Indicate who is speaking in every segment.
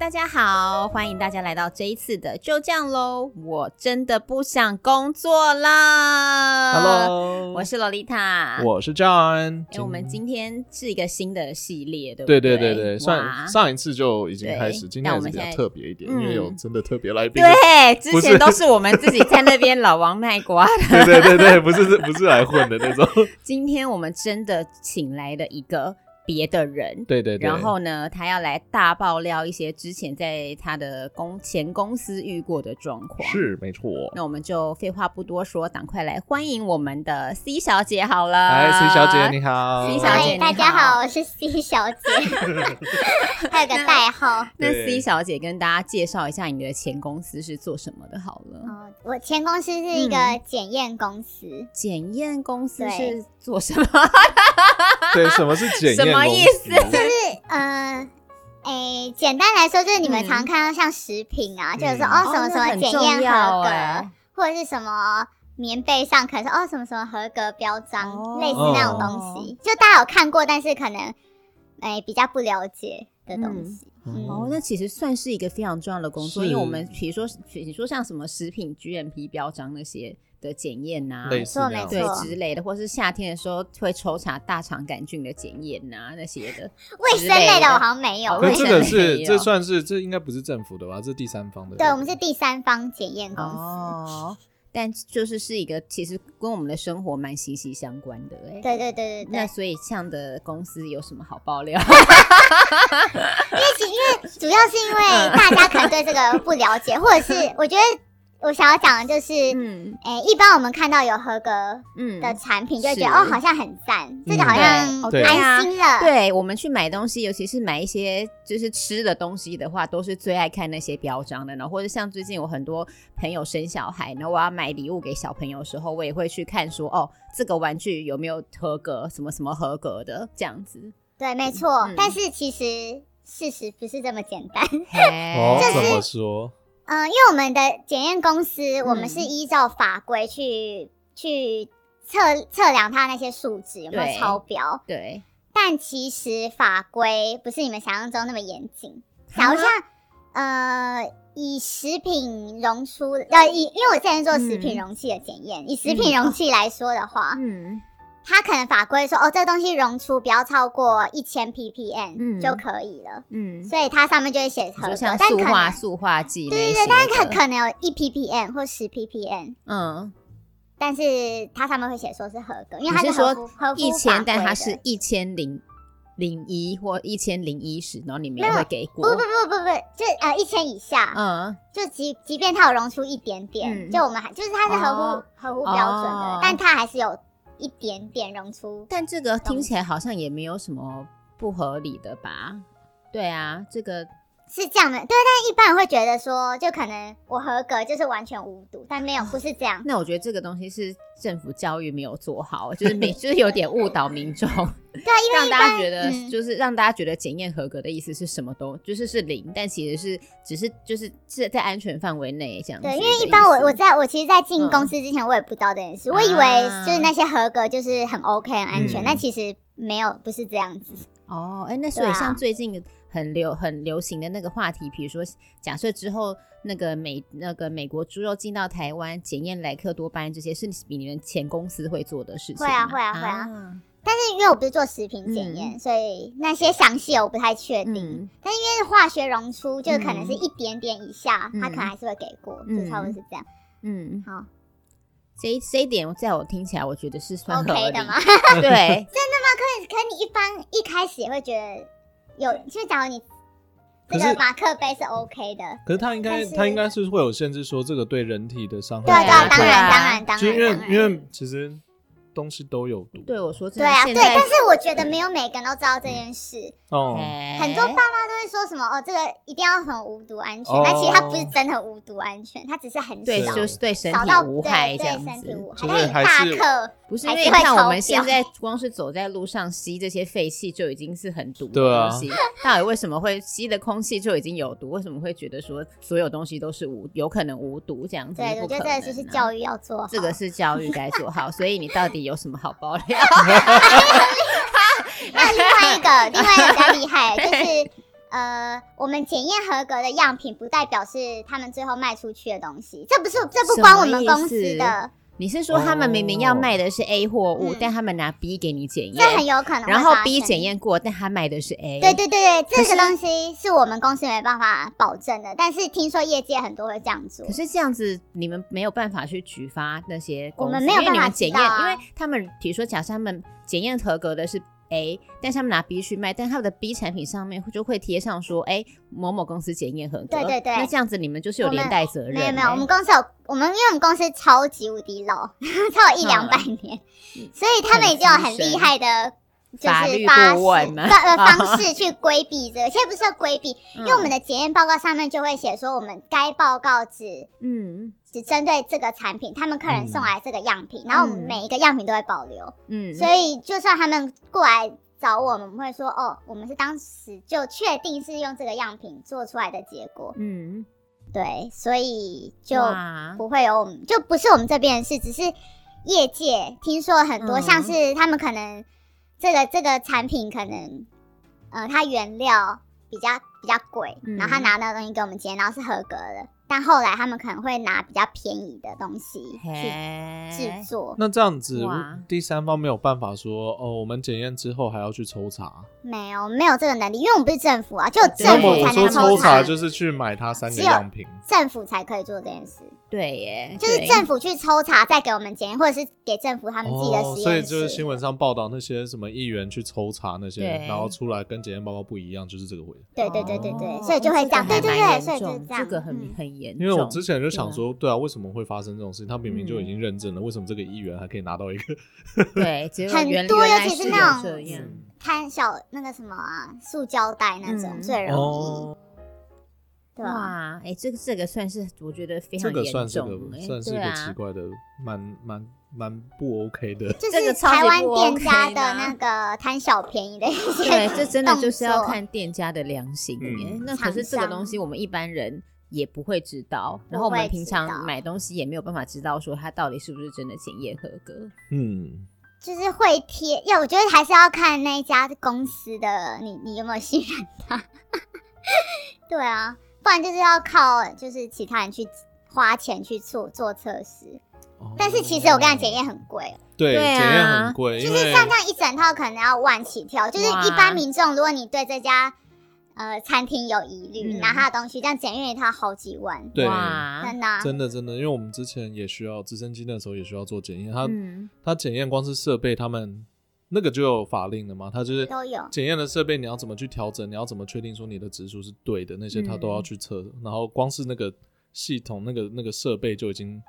Speaker 1: 大家好，欢迎大家来到这一次的就这样喽，我真的不想工作啦。
Speaker 2: Hello，
Speaker 1: 呃我是洛丽塔。
Speaker 2: 我是 John。
Speaker 1: 哎、我们今天是一个新的系列，对不
Speaker 2: 对
Speaker 1: 对
Speaker 2: 对对
Speaker 1: 哇
Speaker 2: 对，上上一次就已经
Speaker 1: 对
Speaker 2: 开始，今
Speaker 1: 那
Speaker 2: 天
Speaker 1: 我
Speaker 2: 也是
Speaker 1: 们
Speaker 2: 比
Speaker 1: 现在
Speaker 2: 较特别一点，
Speaker 1: 嗯
Speaker 2: 因为有真的特别来宾。
Speaker 1: 对，之
Speaker 2: 不
Speaker 1: 前
Speaker 2: 是
Speaker 1: 都是我们自己在那边老王卖瓜的。
Speaker 2: 对对对对，不是不是来混的那 种。
Speaker 1: 今天我们真的请来了一个别的人，
Speaker 2: 对对对，
Speaker 1: 然后呢，他要来大爆料一些之前在他的公前公司遇过的状况。，
Speaker 2: 是没错。
Speaker 1: 那我们就废话不多说，赶快来欢迎我们的 C 小姐好了。
Speaker 2: 来，C 哎小姐你好
Speaker 1: C 呃小姐
Speaker 3: 嗨，
Speaker 1: 你
Speaker 3: 大家
Speaker 1: 好
Speaker 3: 好，我是 C 小 姐，还有个代号。
Speaker 1: 那
Speaker 2: 对
Speaker 1: C 小姐跟大家介绍一下你的前公司是做什么的好了。
Speaker 3: 哦，我前公司是一
Speaker 1: 嗯
Speaker 3: 个检验公司，
Speaker 1: 检验公司
Speaker 3: 对
Speaker 1: 是做什
Speaker 2: 哦
Speaker 1: 么？
Speaker 2: 对，什么是检 验？
Speaker 1: 什么意思？
Speaker 3: 就是呃，诶，简单来说就是你们
Speaker 1: 嗯
Speaker 3: 常看到像食品啊，就有说
Speaker 2: 嗯
Speaker 3: 哦什
Speaker 1: 那
Speaker 3: 么什么
Speaker 1: 很
Speaker 3: 检
Speaker 1: 重
Speaker 3: 验
Speaker 1: 要
Speaker 3: 合格，
Speaker 1: 哎
Speaker 3: 或者是什么。棉被上可能是哦什么什么合格标章，
Speaker 1: 哦
Speaker 3: 类似那种东西，就大家有看过，但是可能诶、比较不了解的东西。嗯
Speaker 1: 哦，那其实算是一个非常重要的工作，
Speaker 2: 是
Speaker 1: 因为我们比如说，比如说像什么食品 GMP 标章那些的检验呐，
Speaker 2: 嗯类似那样子
Speaker 1: 对
Speaker 3: 没错
Speaker 1: 之类的，或是夏天的时候会抽查大肠杆菌的检验呐那些的。
Speaker 3: 卫生类的我好像没有、
Speaker 1: 之类的为
Speaker 2: 可是
Speaker 1: 什
Speaker 2: 这
Speaker 1: 么
Speaker 2: 个
Speaker 1: 没
Speaker 2: 是
Speaker 1: 有
Speaker 2: 这算是这应该不是政府的吧？这是第三方的。
Speaker 3: 对我们是第三方检验公司。
Speaker 1: 哦，但就是是一个其实跟我们的生活蛮息息相关的哎、
Speaker 3: 对对对对对
Speaker 1: 那，所以这样的公司有什么好爆料？
Speaker 3: 主要是因为
Speaker 1: 嗯
Speaker 3: 大家可能对这个不了解，或者是我觉得我想要讲的就是，诶、
Speaker 1: 嗯
Speaker 3: 一般我们看到有合格
Speaker 1: 嗯
Speaker 3: 的产品，就会觉
Speaker 1: 是
Speaker 3: 得哦，好像很赞，这个好
Speaker 1: 嗯
Speaker 3: 像
Speaker 1: 对
Speaker 3: 安心了。
Speaker 1: 对我们去买东西，尤其是买一些就是吃的东西的话，都是最爱看那些标章的呢。或者像最近我很多朋友生小孩，然后我要买礼物给小朋友的时候，我也会去看说，哦，这个玩具有没有合格，什么什么合格的这样子。
Speaker 3: 对没错。
Speaker 1: 嗯
Speaker 3: 但是其实事实不是这么简单。
Speaker 2: 哦，
Speaker 1: 嘿
Speaker 2: 怎么说？
Speaker 3: 嗯，因为我们的检验公司，我们
Speaker 1: 嗯
Speaker 3: 是依照法规去、去测测量它那些数值有没
Speaker 1: 对
Speaker 3: 有超 标，
Speaker 1: 对，
Speaker 3: 但其实法规不是你们想象中那么严谨。
Speaker 1: 啊嗯
Speaker 3: 好像呃，以食品溶出呃，以因为我之前做食品容器的检验，以食品容器来说的话，
Speaker 1: 哦嗯，
Speaker 3: 它可能法规说哦，这个东西溶出不要超过一千 ppm、
Speaker 1: 嗯
Speaker 3: 就可以了，
Speaker 1: 嗯，
Speaker 3: 所以它上面就会写合
Speaker 1: 就
Speaker 3: 格，
Speaker 1: 像
Speaker 3: 但
Speaker 1: 塑
Speaker 3: 可
Speaker 1: 化
Speaker 3: 能
Speaker 1: 塑化剂那
Speaker 3: 对对
Speaker 1: 些
Speaker 3: 对，但是可
Speaker 1: 的
Speaker 3: 可能有一 ppm 或十 ppm，
Speaker 1: 嗯，
Speaker 3: 但是它上面会写说是合格，因
Speaker 1: 你
Speaker 3: 为它
Speaker 1: 是
Speaker 3: 合
Speaker 1: 说
Speaker 3: 乎合乎
Speaker 1: 一
Speaker 3: 哦法
Speaker 1: 千，但
Speaker 3: 规
Speaker 1: 它
Speaker 3: 的
Speaker 1: 是一千零零一或一千零一十，然后你们
Speaker 3: 没
Speaker 1: 也
Speaker 3: 有
Speaker 1: 会给
Speaker 3: 不
Speaker 1: 过
Speaker 3: 不，不不不，就呃一千以下，
Speaker 1: 嗯。
Speaker 3: 就即即便它有溶出一点点，
Speaker 1: 嗯
Speaker 3: 就我们还就是它是合乎、
Speaker 1: 哦
Speaker 3: 合乎标准的，
Speaker 1: 哦
Speaker 3: 但它还是有一点点溶出。
Speaker 1: 但这个听起来好像也没有什么不合理的吧？对啊，这个
Speaker 3: 是这样的，对，但一般人会觉得说，就可能我合格就是完全无毒，但
Speaker 1: 啊
Speaker 3: 没有，不是这样。
Speaker 1: 那我觉得这个东西是政府教育没有做好，就是 没就是有点误导民众，
Speaker 3: 对啊，因 为
Speaker 1: 让
Speaker 3: 一
Speaker 1: 大家
Speaker 3: 般
Speaker 1: 觉得、
Speaker 3: 嗯
Speaker 1: 就是让大家觉得检验合格的意思是什么都就是是零，但其实是只是就是是在安全范围内这样子的意
Speaker 3: 对，因
Speaker 1: 思。
Speaker 3: 为一般我我在我其实，在进
Speaker 1: 嗯
Speaker 3: 公司之前，我也不知道这件事，我以为
Speaker 1: 啊
Speaker 3: 就是那些合格就是很 OK 很安全，
Speaker 2: 嗯
Speaker 3: 但其实没有，不是这样子。
Speaker 1: 哦，哎、那所以
Speaker 3: 对啊
Speaker 1: 像最近很流很流行的那个话题，比如说，假设之后那个美那个美国猪肉进到台湾，检验莱克多巴胺这些，是你们前公司会做的事情
Speaker 3: 会啊
Speaker 1: 吗
Speaker 3: 会啊会啊
Speaker 1: 啊，
Speaker 3: 但是因为我不是做食品检验，所以那些详细的我不太确定。
Speaker 1: 嗯
Speaker 3: 但因为化学溶出，就可能是一点点以下，
Speaker 1: 嗯
Speaker 3: 它可能还是会给过，
Speaker 1: 嗯
Speaker 3: 就差不多是这样。
Speaker 1: 嗯，
Speaker 3: 好，
Speaker 1: 这一这一点在我听起来，我觉得是算合
Speaker 3: OK
Speaker 1: 理
Speaker 3: 的 吗？
Speaker 1: 对，
Speaker 3: 可你一般一开始也会觉得有，就假如你
Speaker 2: 可
Speaker 3: 这
Speaker 2: 是
Speaker 3: 个马克杯是 OK 的，
Speaker 2: 可是他应该
Speaker 3: 但是
Speaker 2: 他应该是会有限制，说这个对人体的伤害。
Speaker 3: 对啊，
Speaker 1: 对啊对啊
Speaker 3: 对啊，当然当然当
Speaker 2: 其实因
Speaker 3: 然，当
Speaker 2: 为因
Speaker 3: 然。
Speaker 2: 为其实东西都有毒。
Speaker 1: 对我说真
Speaker 3: 对
Speaker 1: 的，
Speaker 3: 啊，
Speaker 1: 现
Speaker 3: 对，
Speaker 1: 在
Speaker 3: 但是我觉得没有每个人都知道这件事，
Speaker 2: 哦，
Speaker 1: 哎嗯
Speaker 3: 很多爸妈都会说什么哦，这个一定要很无毒安全，
Speaker 2: 哦
Speaker 3: 但其实它不是真的无毒安全，它只是啊很
Speaker 1: 对，
Speaker 3: 少，
Speaker 1: 就是对身
Speaker 3: 少
Speaker 1: 体
Speaker 3: 到
Speaker 1: 无
Speaker 3: 对
Speaker 1: 害这
Speaker 3: 对
Speaker 1: 样
Speaker 3: 身体
Speaker 1: 子。
Speaker 3: 无害，
Speaker 2: 就
Speaker 3: 但
Speaker 2: 是
Speaker 3: 是
Speaker 2: 还
Speaker 3: 大
Speaker 2: 是
Speaker 3: 克
Speaker 1: 不是因
Speaker 3: 还
Speaker 1: 为
Speaker 3: 是
Speaker 1: 你
Speaker 3: 会
Speaker 1: 看我
Speaker 3: 超
Speaker 1: 们现
Speaker 3: 标
Speaker 1: 在光是走在路上吸这些废气就已经是很毒
Speaker 2: 对
Speaker 1: 的
Speaker 2: 啊
Speaker 1: 东西，到底为什么会吸的空气就已经有毒？为什么会觉得说所有东西都是无有可能无毒这样子？
Speaker 3: 对，我觉得这个就是
Speaker 1: 育，
Speaker 3: 教育要做好。
Speaker 1: 啊这个是教育该做好。所以你到底有什么好爆料？
Speaker 3: 那另外一个，另外一个比较厉害，就是呃，我们检验合格的样品，不代表是他们最后卖出去的东西，这不是这不关我们公司
Speaker 1: 什么
Speaker 3: 的，
Speaker 1: 你是说他们明明要
Speaker 2: 哦
Speaker 1: 卖的是 A 货物，
Speaker 3: 嗯
Speaker 1: 但他们拿 B 给你检
Speaker 3: 这很
Speaker 1: 验，
Speaker 3: 有可能会
Speaker 1: 然后
Speaker 3: 发
Speaker 1: B
Speaker 3: 生
Speaker 1: 检。验过，但他卖的是 A。
Speaker 3: 对对对对，
Speaker 1: 可
Speaker 3: 这个
Speaker 1: 是
Speaker 3: 东西是我们公司没办法保证的，但是听说业界很多会这样做
Speaker 1: 可。是这样子，你们没有办法去举发那些公司，
Speaker 3: 我们没有
Speaker 1: 因为你
Speaker 3: 办法
Speaker 1: 们检验，
Speaker 3: 知道啊
Speaker 1: 因为他们比如说，假设他们检验合格的是 A，但是他们拿 B 去卖，但他们的 B 产品上面就会贴上说，哎、某某公司检验合格。
Speaker 3: 对对对
Speaker 1: 那这样子你们就是有
Speaker 3: 我们
Speaker 1: 连带责任、
Speaker 3: 没有没有，
Speaker 1: 哎
Speaker 3: 我们公司有我们因为我们公司超级无敌 low，超有 一两百年，
Speaker 1: 嗯
Speaker 3: 所以他们已经有很厉害的，就
Speaker 1: 法
Speaker 3: 是
Speaker 1: 律
Speaker 3: 方
Speaker 1: 顾问
Speaker 3: 式
Speaker 1: 吗
Speaker 3: 方呃方式去规避这个。现在不是要规避，因为我们
Speaker 1: 的
Speaker 3: 的检验报告上面就会写说，我们该报告只
Speaker 1: 嗯
Speaker 3: 只针对这个产品，他们客人送来这个样品，然后我们
Speaker 1: 嗯
Speaker 3: 每一个样品都会保留，
Speaker 1: 嗯，
Speaker 3: 所以就算他们过来。找我们，我们会说哦，我们是当时就确定是用这个样品做出来的结果，
Speaker 1: 嗯，
Speaker 3: 对，所以就
Speaker 1: 哇
Speaker 3: 不会有我们，就不是我们这边的事，只是业界听说很多，
Speaker 1: 嗯
Speaker 3: 像是他们可能这个这个产品可能，呃，它原料比较比较贵，
Speaker 1: 嗯
Speaker 3: 然后他拿那个东西给我们煎，然后是合格的，但后来他们可能会拿比较便宜的东西去
Speaker 1: 嘿
Speaker 3: 制，作，
Speaker 2: 那这样子
Speaker 1: 哇，
Speaker 2: 第三方没有办法说哦，我们检验之后还要去抽查。
Speaker 3: 没有没有这个能力，因为我们不是政府啊，只有
Speaker 1: 哦对
Speaker 2: 那
Speaker 3: 政
Speaker 2: 么
Speaker 3: 府
Speaker 2: 我
Speaker 3: 才
Speaker 2: 说
Speaker 3: 能
Speaker 2: 抽查
Speaker 3: 查，
Speaker 2: 就是去买它三个
Speaker 3: 只有
Speaker 2: 样品，
Speaker 3: 政府才可以做这件事，
Speaker 1: 对耶，
Speaker 3: 就是
Speaker 1: 对
Speaker 3: 政府去抽查再给我们检验，或者是给政府他们自己的
Speaker 2: 哦，
Speaker 3: 实
Speaker 2: 所以
Speaker 3: 验
Speaker 2: 就是新
Speaker 3: 室。
Speaker 2: 闻上报道那些什么议员去抽查那些，
Speaker 1: 对
Speaker 2: 然后出来跟检验报告不一样，就是这个回事。
Speaker 3: 对对对对对，
Speaker 1: 哦
Speaker 3: 所以就会这样，
Speaker 1: 这
Speaker 3: 对
Speaker 1: 个
Speaker 3: 对
Speaker 1: 还蛮
Speaker 3: 对，
Speaker 1: 严
Speaker 3: 所以就
Speaker 1: 重
Speaker 3: 样，
Speaker 1: 这个很
Speaker 3: 嗯
Speaker 1: 很严重。
Speaker 2: 因为我之前就想说，对啊，为什么会发生这种事情？他明明就已经认证了，为什么这个议员还可以拿到一个？
Speaker 1: 对，结果
Speaker 3: 很
Speaker 1: 原
Speaker 3: 多
Speaker 1: 原来
Speaker 3: 尤其是
Speaker 1: 是
Speaker 3: 那
Speaker 1: 有
Speaker 3: 种
Speaker 1: 这样
Speaker 2: 嗯
Speaker 3: 摊小那个什么啊，塑胶袋那种、
Speaker 1: 嗯
Speaker 3: 最容易，
Speaker 2: 哦，
Speaker 3: 对啊吧？
Speaker 1: 哇，哎、这个这个算是我觉得非常
Speaker 2: 这个
Speaker 1: 严重、
Speaker 2: 算
Speaker 1: 哎，
Speaker 2: 是个算是
Speaker 1: 对
Speaker 2: 个
Speaker 1: 啊
Speaker 2: 奇怪的，蛮蛮蛮不 OK 的。
Speaker 3: 就
Speaker 1: 这个
Speaker 3: 是
Speaker 1: 超级
Speaker 3: 台湾
Speaker 1: 不
Speaker 3: 店
Speaker 1: OK
Speaker 3: 家的
Speaker 1: 吗
Speaker 3: 那个贪小便宜的一些，
Speaker 1: 对，这真的
Speaker 3: 动
Speaker 1: 就是要
Speaker 3: 作
Speaker 1: 看店家的良心耶、
Speaker 2: 嗯
Speaker 1: 那可是这
Speaker 3: 厂
Speaker 1: 个
Speaker 3: 商
Speaker 1: 东西，我们一般人也不会知道，然
Speaker 3: 不
Speaker 1: 后我们
Speaker 3: 会
Speaker 1: 平
Speaker 3: 知
Speaker 1: 常
Speaker 3: 道
Speaker 1: 买东西也没有办法知道说它到底是不是真的检验合格。
Speaker 2: 嗯，
Speaker 3: 就是会贴。要我觉得还是要看那一家公司的你，你有没有信任他？ 对啊，不然就是要靠就是其他人去花钱去做做测试。但是其实我跟你讲，检验很贵哦。
Speaker 2: 对
Speaker 1: 哦对啊
Speaker 2: 检验很贵，因为
Speaker 3: 像这样一整套可能要万起跳，就是
Speaker 1: 嗯哇
Speaker 3: 一般民众，如果你对这家呃餐厅有疑虑，
Speaker 1: 嗯
Speaker 3: 拿他的东西，这样检验一套好几万，
Speaker 2: 对
Speaker 1: 哇，
Speaker 3: 真的啊。
Speaker 2: 真的真的，因为我们之前也需要直升机那时候也需要做检验，它
Speaker 1: 嗯，
Speaker 2: 它检验光是设备，他们那个就有法令了嘛，它就是
Speaker 3: 都有
Speaker 2: 检验的设备，你要怎么去调整，你要怎么确定说你的指数是对的，那
Speaker 1: 嗯
Speaker 2: 些它都要去测。然后光是那个系统、那个那个设备就已经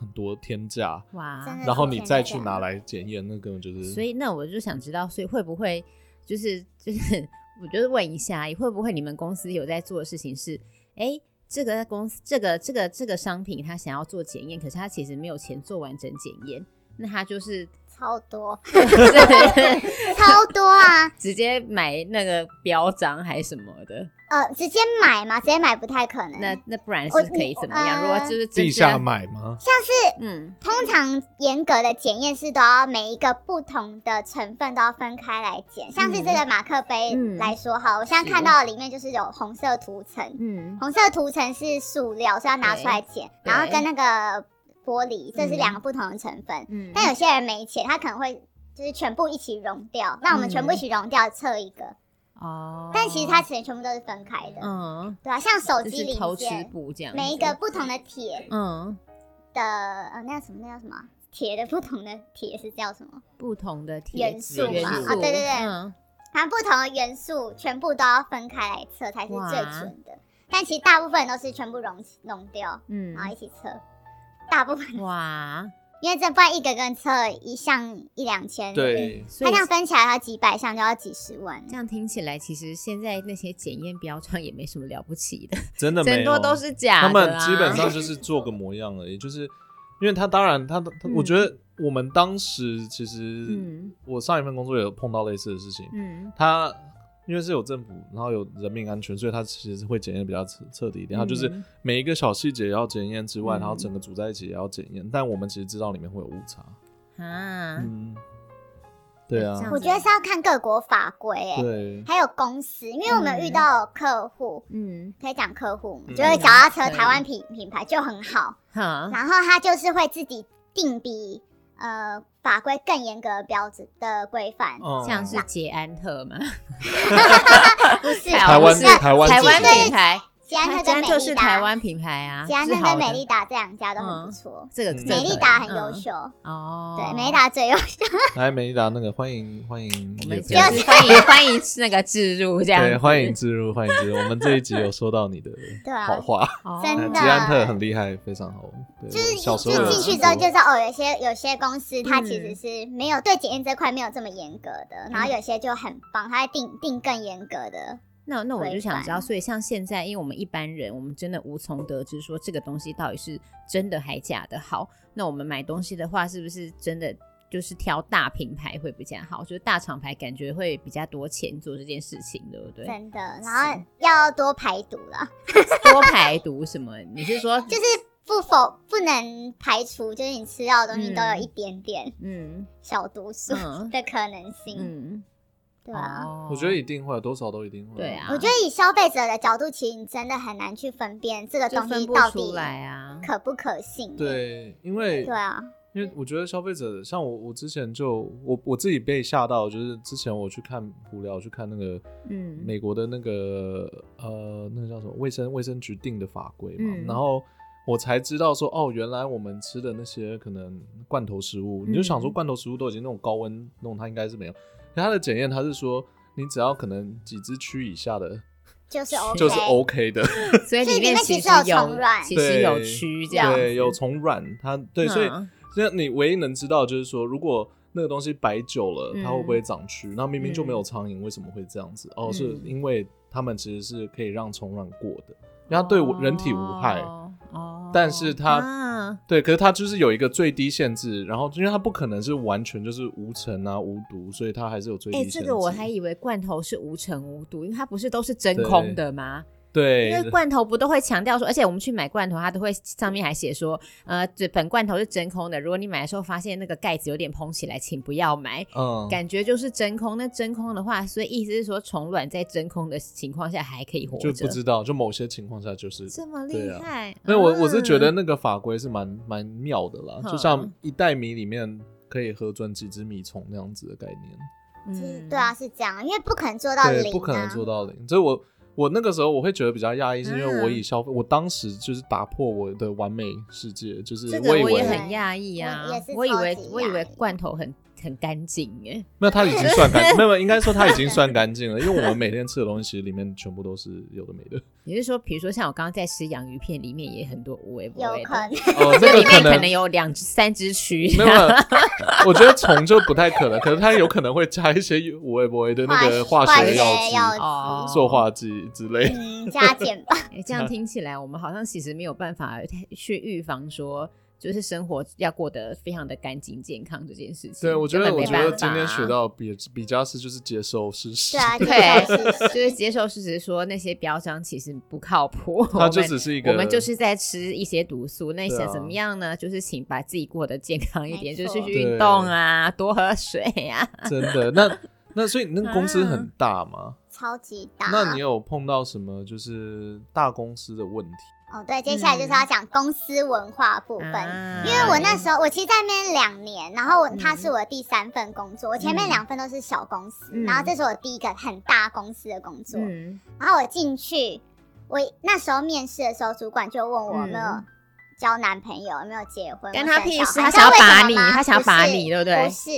Speaker 2: 很多天价，
Speaker 3: 真
Speaker 1: 哇
Speaker 3: 的，
Speaker 2: 然后你再去拿来检验，那根本就是
Speaker 1: 所以那我就想知道，所以会不会就是就是，我就是问一下，会不会你们公司有在做的事情是，哎、这个公司这个这个这个商品，它想要做检验，可是它其实没有钱做完整检验，那它就是
Speaker 3: 超多
Speaker 1: 对
Speaker 3: 超多啊，
Speaker 1: 直接买那个标章还是什么的，
Speaker 3: 呃，直接买嘛，直接买不太可能。
Speaker 1: 那那不然
Speaker 3: 我
Speaker 1: 是可以怎么样？
Speaker 3: 呃
Speaker 1: 如果就是真
Speaker 2: 地
Speaker 1: 正要
Speaker 2: 下，买吗？
Speaker 1: 嗯，
Speaker 3: 通常严格的检验是都要每一个不同的成分都要分开来检，像是这个马克杯
Speaker 1: 嗯
Speaker 3: 来说哈，我现在看到的里面就是有红色涂层，
Speaker 1: 嗯，
Speaker 3: 红色涂层是塑料，是要拿出来剪，
Speaker 1: 对
Speaker 3: 然后跟那个玻璃，这是
Speaker 1: 嗯
Speaker 3: 两个不同的成分。
Speaker 1: 嗯，
Speaker 3: 但有些人没剪，他可能会就是全部一起溶掉。那我们全部一起溶掉测一个，
Speaker 1: 哦，
Speaker 3: 但其实它其实全部都是分开的，
Speaker 1: 嗯，
Speaker 3: 对啊，像手
Speaker 1: 就
Speaker 3: 机
Speaker 1: 是
Speaker 3: 零
Speaker 1: 偷吃
Speaker 3: 件，
Speaker 1: 补这样，
Speaker 3: 每一个，不同的铁
Speaker 1: 嗯，
Speaker 3: 的呃那叫什么那叫什么铁的不同的铁是叫什么？
Speaker 1: 不同的铁
Speaker 3: 元素
Speaker 2: 嘛
Speaker 1: 元
Speaker 2: 啊
Speaker 1: 素，
Speaker 2: 对
Speaker 3: 对对
Speaker 1: 嗯
Speaker 3: 反正不同的元素全部都要分开来测才是
Speaker 1: 哇
Speaker 3: 最准的。但其实大部分都是全部溶溶掉，然后
Speaker 1: 嗯，
Speaker 3: 一起测，大部分
Speaker 1: 哇，
Speaker 3: 因为这不然一个跟测一项一两千，，
Speaker 2: 对，
Speaker 1: 所
Speaker 3: 它
Speaker 1: 以
Speaker 3: 这样分起来，它几百项就要几十万
Speaker 1: 这。样听起来，其实现在那些检验标章也没什么了不起的，
Speaker 2: 真的没
Speaker 1: 很
Speaker 2: 有
Speaker 1: 多都是假
Speaker 2: 他
Speaker 1: 的啊
Speaker 2: 们
Speaker 1: 啦，
Speaker 2: 基本上就是做个模样 而已，就是因为他当然他他
Speaker 1: 嗯
Speaker 2: 我觉得我们当时其实
Speaker 1: 嗯
Speaker 2: 我上一份工作也有碰到类似的事情，
Speaker 1: 嗯
Speaker 2: 他因为是有政府，然后有人命安全，所以他其实会检验比较彻彻底一点。他就是
Speaker 1: 嗯
Speaker 2: 每一个小细节也要检验之外，
Speaker 1: 嗯
Speaker 2: 然后整个组
Speaker 3: 嗯
Speaker 2: 在一起也要检验。但我们其实知道里面会有误差，
Speaker 1: 啊，
Speaker 2: 嗯，对啊
Speaker 1: 这样子
Speaker 3: 我觉得是要看各国法规、哎，
Speaker 2: 对，
Speaker 3: 还有公司，因为我们有遇到客户，
Speaker 1: 嗯，
Speaker 3: 可以讲客户嘛，
Speaker 2: 嗯
Speaker 3: 就是脚踏车
Speaker 1: 可以
Speaker 3: 台湾品品牌就很好，
Speaker 1: 哈，
Speaker 3: 然后他就是会自己定比呃法规更严格的标准的规范，
Speaker 2: 嗯
Speaker 1: 像是捷安特嘛，
Speaker 3: 不是
Speaker 2: 台湾
Speaker 3: 不是
Speaker 2: 台湾
Speaker 1: 台
Speaker 2: 自己
Speaker 1: 湾
Speaker 2: 的
Speaker 1: 品牌，
Speaker 3: 捷安特
Speaker 1: 捷
Speaker 3: 跟
Speaker 1: 安
Speaker 3: 美
Speaker 1: 特
Speaker 3: 利
Speaker 1: 是
Speaker 3: 达，
Speaker 1: 台湾品牌啊，
Speaker 3: 捷安特
Speaker 1: 是好
Speaker 3: 跟
Speaker 1: 的
Speaker 3: 美利达这两家都很不错，
Speaker 1: 这个
Speaker 2: 嗯
Speaker 1: 这个
Speaker 3: 美利达很
Speaker 1: 嗯
Speaker 3: 优秀，
Speaker 1: 哦，
Speaker 3: 对，美利达最优秀。
Speaker 2: 来美利达那个欢迎欢迎
Speaker 1: 我
Speaker 2: 叶
Speaker 1: 们
Speaker 2: 佩，
Speaker 1: 就是欢迎欢迎那个置入这样子，
Speaker 2: 对欢迎置入欢迎置入，我们这一集有说到你的
Speaker 3: 对啊
Speaker 2: 好话，
Speaker 1: 哦，
Speaker 3: 真的
Speaker 2: 吉安特很厉害，非常好，对，
Speaker 3: 就是
Speaker 2: 我小时候
Speaker 3: 就
Speaker 2: 有
Speaker 3: 进去
Speaker 2: 吃
Speaker 3: 之后
Speaker 2: 过
Speaker 3: 就知道哦，有些有些公司它其
Speaker 1: 嗯
Speaker 3: 实是没有对检验这块没有这么严格的，然后
Speaker 2: 嗯
Speaker 3: 有些就很棒，它定定更严格的。
Speaker 1: 那那我就
Speaker 3: 规
Speaker 1: 想
Speaker 3: 范
Speaker 1: 知道，所以像现在，因为我们一般人，我们真的无从得知说这个东西到底是真的还假的好。那我们买东西的话，是不是真的就是挑大品牌会比较好？就是大厂牌感觉会比较多钱做这件事情，对不对？
Speaker 3: 真的，然后要多排毒了，
Speaker 1: 多排毒什么？你是说
Speaker 3: 就是不否不能排除，就是你吃到的东西
Speaker 1: 嗯
Speaker 3: 都有一点点
Speaker 1: 嗯
Speaker 3: 小毒素
Speaker 1: 嗯
Speaker 3: 的可能性，
Speaker 1: 嗯，
Speaker 3: 对啊。
Speaker 1: 哦
Speaker 2: 我觉得一定会，多少都一定会。
Speaker 1: 对啊
Speaker 3: 我觉得以消费者的角度，其实你真的很难去分辨这个
Speaker 1: 就
Speaker 3: 东
Speaker 1: 分
Speaker 3: 西
Speaker 1: 不
Speaker 3: 到
Speaker 1: 出
Speaker 3: 底
Speaker 1: 来啊。
Speaker 3: 可不可信。
Speaker 2: 对，因为
Speaker 3: 对啊，
Speaker 2: 因为我觉得消费者像我，我之前就我我自己被吓到，就是之前我去看无聊去看那个
Speaker 1: 嗯
Speaker 2: 美国的那个呃那个叫什么卫生卫生局定的法规嘛，
Speaker 1: 嗯
Speaker 2: 然后我才知道说哦，原来我们吃的那些可能罐头食物，你就想说
Speaker 1: 嗯
Speaker 2: 罐头食物都已经那种高温弄，它应该是没有，可它的检验它是说你只要可能几只蛆以下的
Speaker 3: 就是 OK，
Speaker 1: OK
Speaker 2: 就是 OK 的。
Speaker 1: 所以
Speaker 3: 所以
Speaker 1: 里
Speaker 3: 里
Speaker 1: 面
Speaker 3: 面
Speaker 1: 其
Speaker 3: 其
Speaker 1: 实
Speaker 3: 实有
Speaker 1: 有
Speaker 3: 虫卵
Speaker 1: 其实有
Speaker 2: 对
Speaker 1: 蛆这样
Speaker 2: 对，有
Speaker 1: 子
Speaker 2: 虫卵，它对，所以
Speaker 1: 嗯
Speaker 2: 那你唯一能知道就是说，如果那个东西摆久了，
Speaker 1: 嗯
Speaker 2: 它会不会长蛆？那明明就
Speaker 1: 嗯
Speaker 2: 没有苍蝇，为什么会这样子？哦，
Speaker 1: 嗯
Speaker 2: 是因为它们其实是可以让虫卵过的，因为它对我人体无害。
Speaker 1: 哦，哦
Speaker 2: 但是它
Speaker 1: 啊
Speaker 2: 对，可是它就是有一个最低限制，然后因为它不可能是完全就是无尘啊、无毒，所以它还是有最低
Speaker 1: 哎、
Speaker 2: 限制。
Speaker 1: 这个我还以为罐头是无尘无毒，因为它不是都是真空的吗？因
Speaker 2: 对
Speaker 1: 为罐头不都会强调说，而且我们去买罐头，它都会上面还写说，呃，这本罐头是真空的。如果你买的时候发现那个盖子有点蓬起来，请不要买。
Speaker 2: 嗯，
Speaker 1: 感觉就是真空，那真空的话，所以意思是说虫卵在真空的情况下还可以活
Speaker 2: 就
Speaker 1: 着
Speaker 2: 不，知道，就某些情况下就是
Speaker 1: 这么
Speaker 2: 对
Speaker 1: 厉
Speaker 2: 啊
Speaker 1: 害。
Speaker 2: 那我我是觉得
Speaker 1: 嗯
Speaker 2: 那个法规是蛮蛮妙的啦，
Speaker 1: 哼
Speaker 2: 就像一袋米里面可以核准几只米虫那样子的概念，
Speaker 1: 嗯
Speaker 3: 就是对啊，，是这样，因为不可能做到零、啊，
Speaker 2: 对，不可能做到零。所以我我那个时候我会觉得比较讶异，是因为我
Speaker 1: 嗯
Speaker 2: 以消费，我当时就是打破我的完美世界，就是
Speaker 1: 这个
Speaker 2: 以
Speaker 1: 我
Speaker 2: 为
Speaker 1: 也很讶异啊
Speaker 3: 我也，是
Speaker 1: 我以为
Speaker 3: 超级
Speaker 1: 我以为
Speaker 3: 讶异
Speaker 1: 罐头很很干净哎，
Speaker 2: 没有，它已经算干净，没有，没有应该说它已经算干净了，因为我们每天吃的东西里面全部都是有的没 的，
Speaker 1: 你是说，比如说像我刚刚在吃洋芋片，里面也很多无为不
Speaker 3: 有
Speaker 1: 为
Speaker 3: 可
Speaker 1: 的，
Speaker 3: 能。
Speaker 2: 哦，那
Speaker 1: 这
Speaker 2: 个
Speaker 1: 里面可能
Speaker 2: 能。
Speaker 1: 有两只三只蛆，
Speaker 2: 没有，没有我觉得虫就不太可能，可能它有可能会加一些无微不微的那个
Speaker 3: 化
Speaker 2: 化
Speaker 3: 学
Speaker 2: 学药
Speaker 3: 化学
Speaker 2: 剂，
Speaker 3: 药
Speaker 1: 哦，
Speaker 2: 塑化剂之类。
Speaker 3: 嗯，加减吧，
Speaker 1: 诶这样听起来，我们好像其实没有办法去预防说，就是生活要过得非常的干净健康这件事情。
Speaker 2: 对，我觉得
Speaker 1: 根
Speaker 2: 我
Speaker 1: 本
Speaker 2: 觉
Speaker 1: 没办
Speaker 2: 得
Speaker 1: 法
Speaker 2: 今天学。到比比较是就是接受事实
Speaker 3: 对，啊，就
Speaker 1: 对，
Speaker 3: 是
Speaker 1: 就是接受事实，说那些标章其实不靠谱。
Speaker 2: 它就
Speaker 1: 我们
Speaker 2: 只是一个
Speaker 1: 我们就是在吃一些毒素。那
Speaker 2: 对
Speaker 1: 想
Speaker 2: 啊
Speaker 1: 怎么样呢？就是请把自己过得健康一点，
Speaker 3: 没
Speaker 1: 就
Speaker 3: 错
Speaker 1: 是去运动啊，多喝水啊。
Speaker 2: 真的。那那所以那个公司很大嘛，
Speaker 3: 超级嗯大。
Speaker 2: 那你有碰到什么就是大公司的问题？
Speaker 3: 哦，对，接下来就是要讲公司文化部分。
Speaker 1: 嗯啊
Speaker 3: 因为我那时候，我其实在那边两年，然后我它是我第三份工作，我前面
Speaker 1: 嗯
Speaker 3: 两份都是小公司，
Speaker 1: 嗯
Speaker 3: 然后这是我第一个很大公司的工作。
Speaker 1: 嗯
Speaker 3: 然后我进去，我那时候面试的时候，主管就问我有没有
Speaker 1: 嗯
Speaker 3: 交男朋友，有没有结婚，
Speaker 1: 干
Speaker 3: 有
Speaker 1: 他
Speaker 3: 生
Speaker 1: 屁
Speaker 3: 小
Speaker 1: 事
Speaker 3: 孩
Speaker 1: 他想要把
Speaker 3: 你知道为什么
Speaker 1: 你
Speaker 3: 吗
Speaker 1: 他想要
Speaker 3: 不
Speaker 1: 把
Speaker 3: 是
Speaker 1: 你对不对
Speaker 3: 不是，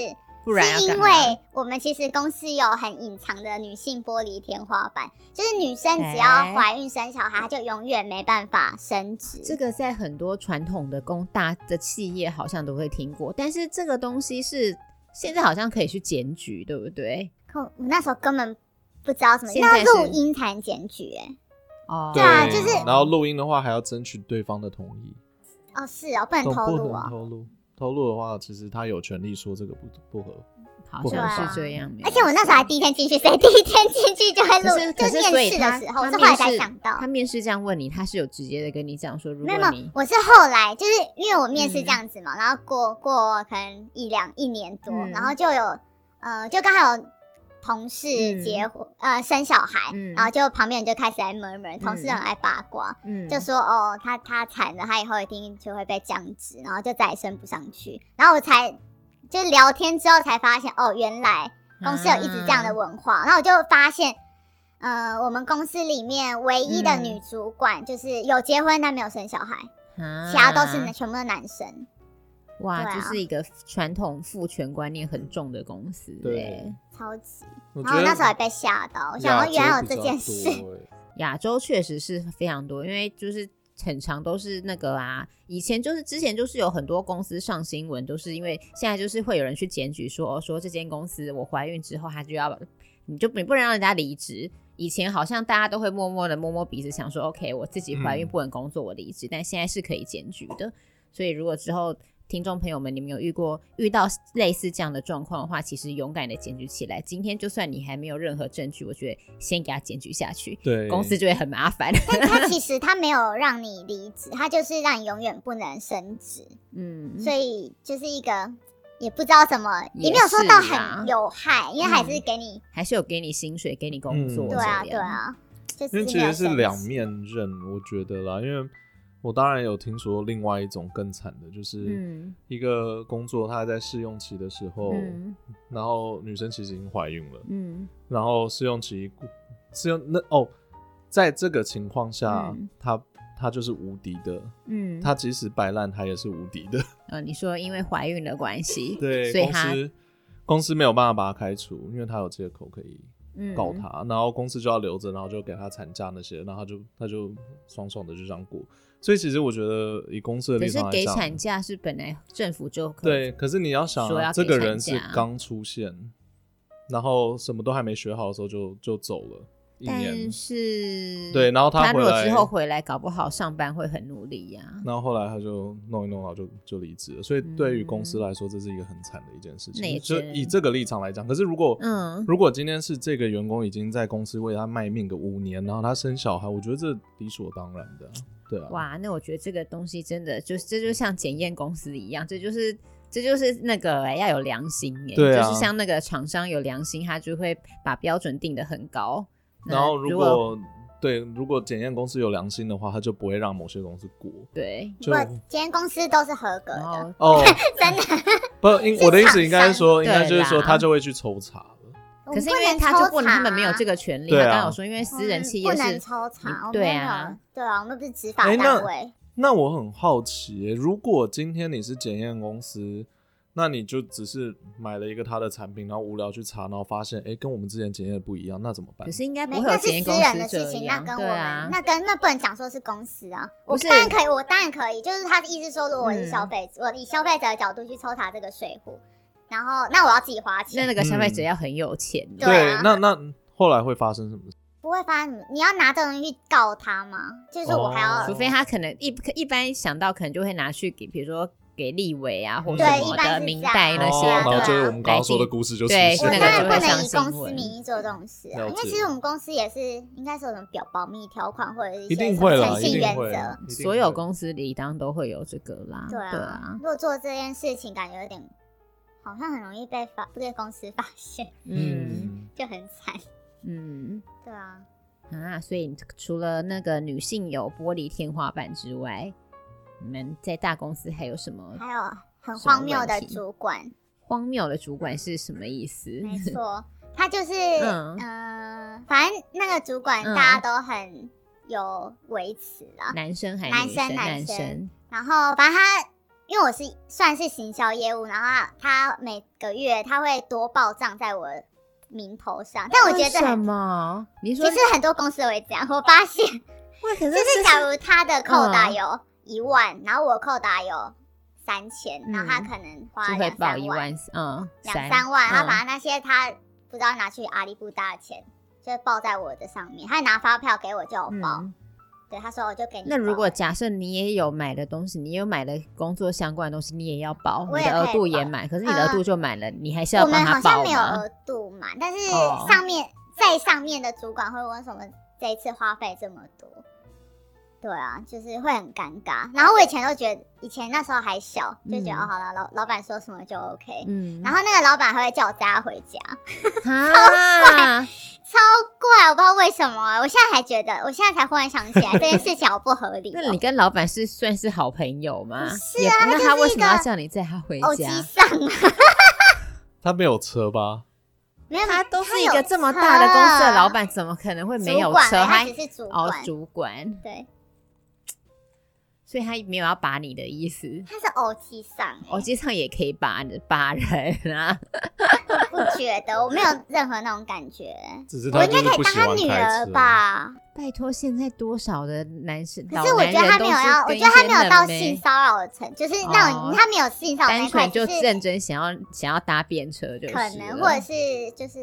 Speaker 1: 不然要
Speaker 3: 是
Speaker 1: 干
Speaker 3: 因
Speaker 1: 嘛
Speaker 3: 为我们其实公司有很隐藏的女性玻璃天花板，就是女生只
Speaker 1: 哎
Speaker 3: 要怀孕生小孩，她就永远没办法升职。
Speaker 1: 这个在很多传统的工大的企业好像都会听过，但是这个东西是现在好像可以去检举，对不对？
Speaker 3: 可我那时候根本不知道什么，
Speaker 1: 现在
Speaker 3: 那
Speaker 1: 是
Speaker 3: 录音才能检举、哎，
Speaker 1: 哦，
Speaker 3: 对啊就是
Speaker 2: 然后录音的话还要争取对方的同意，
Speaker 3: 哦是哦，不能
Speaker 2: 不
Speaker 3: 透露
Speaker 2: 能
Speaker 3: 哦。
Speaker 2: 偷录。偷录的话，其实他有权利说这个不不合。
Speaker 1: 好
Speaker 2: 不
Speaker 1: 像
Speaker 3: 合
Speaker 1: 是
Speaker 3: 法
Speaker 1: 这样。没
Speaker 3: 而且我那时候还
Speaker 1: 错
Speaker 3: 第一天进去，谁第一天进去就会
Speaker 1: 可
Speaker 3: 录，
Speaker 1: 是
Speaker 3: 就
Speaker 1: 可
Speaker 3: 是
Speaker 1: 是所以
Speaker 3: 面试
Speaker 1: 他
Speaker 3: 的时候，我
Speaker 1: 他
Speaker 3: 是后来
Speaker 1: 面
Speaker 3: 才
Speaker 1: 试
Speaker 3: 想到
Speaker 1: 他。面试这样问你，他是有直接的跟你讲说，如
Speaker 3: 没
Speaker 1: 果
Speaker 3: 有，没
Speaker 1: 你
Speaker 3: 有，我是后来就是因为我面试这样子嘛，然后过过可能一两一年多，
Speaker 1: 嗯
Speaker 3: 然后就有呃，就刚好有同事
Speaker 1: 嗯
Speaker 3: 结婚、呃生小孩，
Speaker 1: 嗯
Speaker 3: 然后就旁边人就开始来 murmur，同事很爱八卦，
Speaker 1: 嗯，
Speaker 3: 就说哦，他他产了，他以后一定就会被降职，然后就再也升不上去。然后我才就聊天之后才发现，哦，原来
Speaker 1: 嗯
Speaker 3: 公司有一直这样
Speaker 2: 嗯
Speaker 3: 的文化。然后我就发现，呃，我们公司里面唯一的
Speaker 2: 嗯
Speaker 3: 女主管就是有结婚但没有生小孩，
Speaker 1: 啊
Speaker 3: 其他都是男全部都男生。对
Speaker 1: 哇，
Speaker 3: 啊
Speaker 1: 就是一个传统父权观念很重的公司，
Speaker 2: 对，
Speaker 3: 超级，
Speaker 2: 我觉
Speaker 3: 然后
Speaker 2: 得
Speaker 3: 我那时候还被吓到，我想
Speaker 2: 亚
Speaker 3: 到原来有
Speaker 2: 洲
Speaker 3: 这
Speaker 2: 比
Speaker 3: 件
Speaker 2: 较
Speaker 3: 事，
Speaker 2: 多欸
Speaker 1: 亚洲确实是非常多，因为就是很长都是那个啊，以前就是之前就是有很多公司上新闻，都是因为现在就是会有人去检举说，哦，说这间公司我怀孕之后，他就要你就你不能让人家离职。以前好像大家都会默默的摸摸鼻子，想说 OK，我自己怀孕
Speaker 2: 嗯
Speaker 1: 不能工作，我离职。但现在是可以检举的，所以如果之后听众朋友们你们有遇过遇到类似这样的状况的话，其实勇敢的检举起来。今天就算你还没有任何证据，我觉得先给他检举下去，
Speaker 2: 对
Speaker 1: 公司就会很麻烦。
Speaker 3: 但他其实他没有让你离职，他就是让你永远不能升职。
Speaker 1: 嗯，
Speaker 3: 所以就是一个也不知道怎么，也
Speaker 1: 也
Speaker 3: 没有说到
Speaker 1: 是啦
Speaker 3: 很有害，因为还是给你、
Speaker 1: 还是有给你薪水，给你工作。
Speaker 2: 嗯
Speaker 3: 对啊
Speaker 1: 这
Speaker 3: 对
Speaker 1: 样，
Speaker 3: 啊，就
Speaker 2: 因为
Speaker 3: 是
Speaker 2: 其
Speaker 3: 没有
Speaker 2: 实是两
Speaker 3: 升级
Speaker 2: 面刃，我觉得啦，因为我当然有听说另外一种更惨的，就是
Speaker 1: 嗯
Speaker 2: 一个工作它还在试用期的时候，
Speaker 1: 嗯
Speaker 2: 然后女生其实已经怀孕了，
Speaker 1: 嗯
Speaker 2: 然后试用期过试用那哦，在这个情况下，
Speaker 1: 嗯
Speaker 2: 她她就是无敌的，
Speaker 1: 嗯，
Speaker 2: 她即使摆烂，她也是无敌的。
Speaker 1: 呃，你说因为怀孕的关系，
Speaker 2: 对，
Speaker 1: 所以
Speaker 2: 公
Speaker 1: 他
Speaker 2: 司公司没有办法把她开除，因为她有借口可以
Speaker 1: 嗯
Speaker 2: 告，他，然后公司就要留着，然后就给他产假那些，然后他就他就爽爽的就这样过。所以其实我觉得以公司的
Speaker 1: 嗯可
Speaker 2: 立
Speaker 1: 是
Speaker 2: 场来
Speaker 1: 给
Speaker 2: 讲，
Speaker 1: 产假是本来政府就可
Speaker 2: 对，可是你要想
Speaker 1: 说
Speaker 2: 啊、
Speaker 1: 要给
Speaker 2: 这个人是
Speaker 1: 产假
Speaker 2: 刚出现，然后什么都还没学好的时候就就走了一年
Speaker 1: 但，是
Speaker 2: 对，然后
Speaker 1: 他如
Speaker 2: 回
Speaker 1: 果
Speaker 2: 来
Speaker 1: 之后回来，搞不好上班会很努力呀。
Speaker 2: 然后后来他就弄一弄，然后就就离职了。所以对于公司
Speaker 1: 嗯
Speaker 2: 来说，这是一个很惨的一件事
Speaker 1: 那
Speaker 2: 情。
Speaker 1: 也
Speaker 2: 就
Speaker 1: 真
Speaker 2: 以这个立场来讲，可是如果
Speaker 1: 嗯
Speaker 2: 如果今天是这个员工已经在公司为他卖命个五年，然后他生小孩，我觉得这理所当然的啊，对啊。
Speaker 1: 哇，那我觉得这个东西真的就是，这就
Speaker 2: 嗯
Speaker 1: 像检验公司一样，这就是这就是那个、哎要有良心哎、
Speaker 2: 对啊
Speaker 1: 就是像那个厂商有良心，他就会把标准定得很高。那
Speaker 2: 然后
Speaker 1: 如
Speaker 2: 如果对，如果检验公司有良心的话，他就不会让某些公司 过。
Speaker 1: 对，
Speaker 2: 就
Speaker 3: 不，今天公司都是合格
Speaker 1: 然
Speaker 3: 的，
Speaker 1: 后
Speaker 2: 哦，
Speaker 3: 真的。
Speaker 2: 不，应我的意思应该是说，应
Speaker 1: 厂商
Speaker 2: 该就是说
Speaker 1: 对啦
Speaker 2: 他就会去抽查了。
Speaker 3: 哦
Speaker 1: 可是因为他就不能，他们没有这
Speaker 3: 个
Speaker 1: 个权利。
Speaker 2: 对啊
Speaker 1: 他刚刚有说，因为私人企业
Speaker 3: 嗯不能
Speaker 1: 是
Speaker 3: 抽查，我们哦
Speaker 1: 对
Speaker 3: 没有
Speaker 1: 啊，
Speaker 3: 对啊，我们不是执法
Speaker 2: 哎那
Speaker 3: 单位，
Speaker 2: 那我很好奇耶、如果今天你是检验公司，那你就只是买了一个他的产品，然后无聊去查，然后发现哎、跟我们之前检验的不一样，那怎么办
Speaker 1: 可？是应该
Speaker 3: 没
Speaker 1: 不会
Speaker 3: 那
Speaker 1: 有
Speaker 3: 是
Speaker 1: 检验
Speaker 3: 私
Speaker 1: 公
Speaker 3: 人的
Speaker 1: 司
Speaker 3: 事
Speaker 1: 这
Speaker 3: 情，那
Speaker 1: 样。
Speaker 3: 跟我
Speaker 1: 对
Speaker 3: 们、
Speaker 1: 啊，
Speaker 3: 那跟那不能讲说是公司啊，我
Speaker 1: 不是
Speaker 3: 当然可以，我当然可以，就是他的意思说，如果我是
Speaker 1: 嗯
Speaker 3: 消费者，我以消费者的角度去抽查这个水壶，然后那我要自己花钱，
Speaker 1: 那那个消费者
Speaker 2: 嗯
Speaker 1: 要很有钱的。
Speaker 3: 对啊
Speaker 2: 那那后来会发生什么事？
Speaker 3: 不会发生什么。你要拿这种东西去告他吗？就是我还要、
Speaker 2: 哦
Speaker 1: 除非他可能一一般想到，可能就会拿去给，比如说给立委啊，或
Speaker 2: 嗯
Speaker 1: 什
Speaker 2: 对
Speaker 1: 么
Speaker 3: 一般
Speaker 1: 的
Speaker 3: 是
Speaker 1: 明
Speaker 3: 这样
Speaker 1: 代那些
Speaker 2: 哦然
Speaker 1: 的。
Speaker 3: 啊
Speaker 2: 后
Speaker 3: 对啊
Speaker 2: 就是我们刚刚说的故事就出现
Speaker 1: 对
Speaker 3: 我
Speaker 1: 那
Speaker 3: 当
Speaker 1: 个
Speaker 3: 然
Speaker 1: 就会
Speaker 3: 不
Speaker 1: 上
Speaker 3: 能以
Speaker 1: 新
Speaker 3: 公司
Speaker 1: 闻
Speaker 3: 名义做这种事、啊，
Speaker 2: 了
Speaker 3: 因为
Speaker 2: 解
Speaker 3: 其实我们公司也是应该是有什么表保密条款或者是
Speaker 2: 一
Speaker 3: 一些
Speaker 2: 定
Speaker 3: 什么
Speaker 2: 会啦，
Speaker 3: 诚
Speaker 2: 一
Speaker 3: 信
Speaker 2: 定
Speaker 3: 原
Speaker 2: 会
Speaker 3: 则。，
Speaker 2: 一定
Speaker 1: 所有
Speaker 2: 会
Speaker 1: 公司理当都会有这个啦，
Speaker 3: 对啊，
Speaker 1: 对啊
Speaker 3: 如，果做这件事情，感觉有点好像很容易被发被公司发现，
Speaker 1: 嗯
Speaker 2: 嗯，
Speaker 3: 就很惨。
Speaker 1: 嗯
Speaker 3: 对啊，
Speaker 1: 啊，所以除了那个女性有玻璃天花板之外，你们在大公司还有什么
Speaker 3: 还有很
Speaker 1: 什么
Speaker 3: 荒谬的
Speaker 1: 问题
Speaker 3: 主管，
Speaker 1: 荒谬的主管是什么意思？
Speaker 3: 没错，他就是
Speaker 1: 嗯
Speaker 3: 嗯、呃反正那个主管
Speaker 1: 嗯
Speaker 3: 大家都很有维持啦。
Speaker 1: 男生还
Speaker 3: 男
Speaker 1: 女
Speaker 3: 生男
Speaker 1: 男生
Speaker 3: 生，然后反正他，因为我是算是行销业务，然后他他每个月他会多报账在我名头上，但我觉得这
Speaker 1: 为什
Speaker 3: 很。
Speaker 1: 么？你
Speaker 3: 其
Speaker 1: 说
Speaker 3: 实很多公司都会这样，我发现
Speaker 1: 为可是
Speaker 3: 就是假如他的扣打
Speaker 1: 嗯
Speaker 3: 有一万，然后我扣打有三千，然后他
Speaker 1: 嗯
Speaker 3: 可能花
Speaker 1: 就会
Speaker 3: 两
Speaker 1: 报
Speaker 3: 三
Speaker 1: 一
Speaker 3: 万，
Speaker 1: 万四，嗯，
Speaker 3: 两三万，哦他
Speaker 1: 嗯
Speaker 3: 把那些他不知道拿去阿里不达的钱，就报在我的上面，他拿发票给我叫我报，
Speaker 1: 嗯
Speaker 3: 对他说我就给你报。
Speaker 1: 那如果假设你也有买的东西，你有买的工作相关的东西，你也要保，
Speaker 3: 我
Speaker 1: 你
Speaker 3: 也
Speaker 1: 的额
Speaker 3: 可以
Speaker 1: 度也
Speaker 3: 保
Speaker 1: 买，可是你的额度
Speaker 3: 嗯
Speaker 1: 就买了，你还是要
Speaker 3: 我
Speaker 1: 帮
Speaker 3: 们
Speaker 1: 他
Speaker 3: 好像
Speaker 1: 保
Speaker 3: 没有
Speaker 1: 吗
Speaker 3: 额？度嘛，但是
Speaker 1: 哦
Speaker 3: 上面、在上面的主管会问什么，这一次花费这么多，对啊，就是会很尴尬。然后我以前都觉得，以前那时候还小，就觉得、
Speaker 1: 嗯
Speaker 3: 哦，好了，老老板说什么就 OK。
Speaker 1: 嗯，
Speaker 3: 然后那个老板还会叫我载他回家，
Speaker 1: 啊，
Speaker 3: 超怪，我不知道为什么。欸我现在还觉得，我现在才忽然想起来这件事情好不合理、
Speaker 1: 那你
Speaker 3: 哦。
Speaker 1: 跟老板是算是好朋友吗？
Speaker 3: 是啊
Speaker 1: 也
Speaker 3: 他
Speaker 1: 那
Speaker 3: 就是
Speaker 1: 他为什么
Speaker 3: 一
Speaker 1: 要
Speaker 3: 个
Speaker 1: 叫你载他回
Speaker 3: 偶机
Speaker 1: 家？
Speaker 3: 上啊，
Speaker 2: 他没有车吧？
Speaker 3: 没有，
Speaker 1: 他都是一
Speaker 3: 有
Speaker 1: 个这么大的公司的
Speaker 3: 车
Speaker 1: 老板，怎么可能会没有
Speaker 3: 主管欸
Speaker 1: 车？
Speaker 3: 他只是主
Speaker 1: 哦
Speaker 3: 管，，
Speaker 1: 主管，
Speaker 3: 对，
Speaker 1: 所以他没有要把你的意思。
Speaker 3: 他是偶机上，欸
Speaker 1: 我机上也可以把把人啊，
Speaker 3: 我觉得我没有任何那种感觉。
Speaker 2: 只是
Speaker 3: 我
Speaker 2: 他
Speaker 3: 应
Speaker 2: 就是
Speaker 3: 该
Speaker 2: 不
Speaker 3: 可
Speaker 2: 喜
Speaker 3: 以当他
Speaker 2: 欢
Speaker 3: 女
Speaker 2: 开
Speaker 3: 儿
Speaker 2: 车。
Speaker 3: 吧？
Speaker 1: 拜托，现在多少的男生，
Speaker 3: 可是我觉得他没有要，我觉得他没有到性骚扰的程，就是那种、
Speaker 1: 哦
Speaker 3: 他没有性骚扰那
Speaker 1: 单
Speaker 3: 一块，
Speaker 1: 纯就
Speaker 3: 只是
Speaker 1: 认真想要想要搭便车，就是
Speaker 3: 可能或者是就是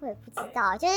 Speaker 3: 我也不知道，就是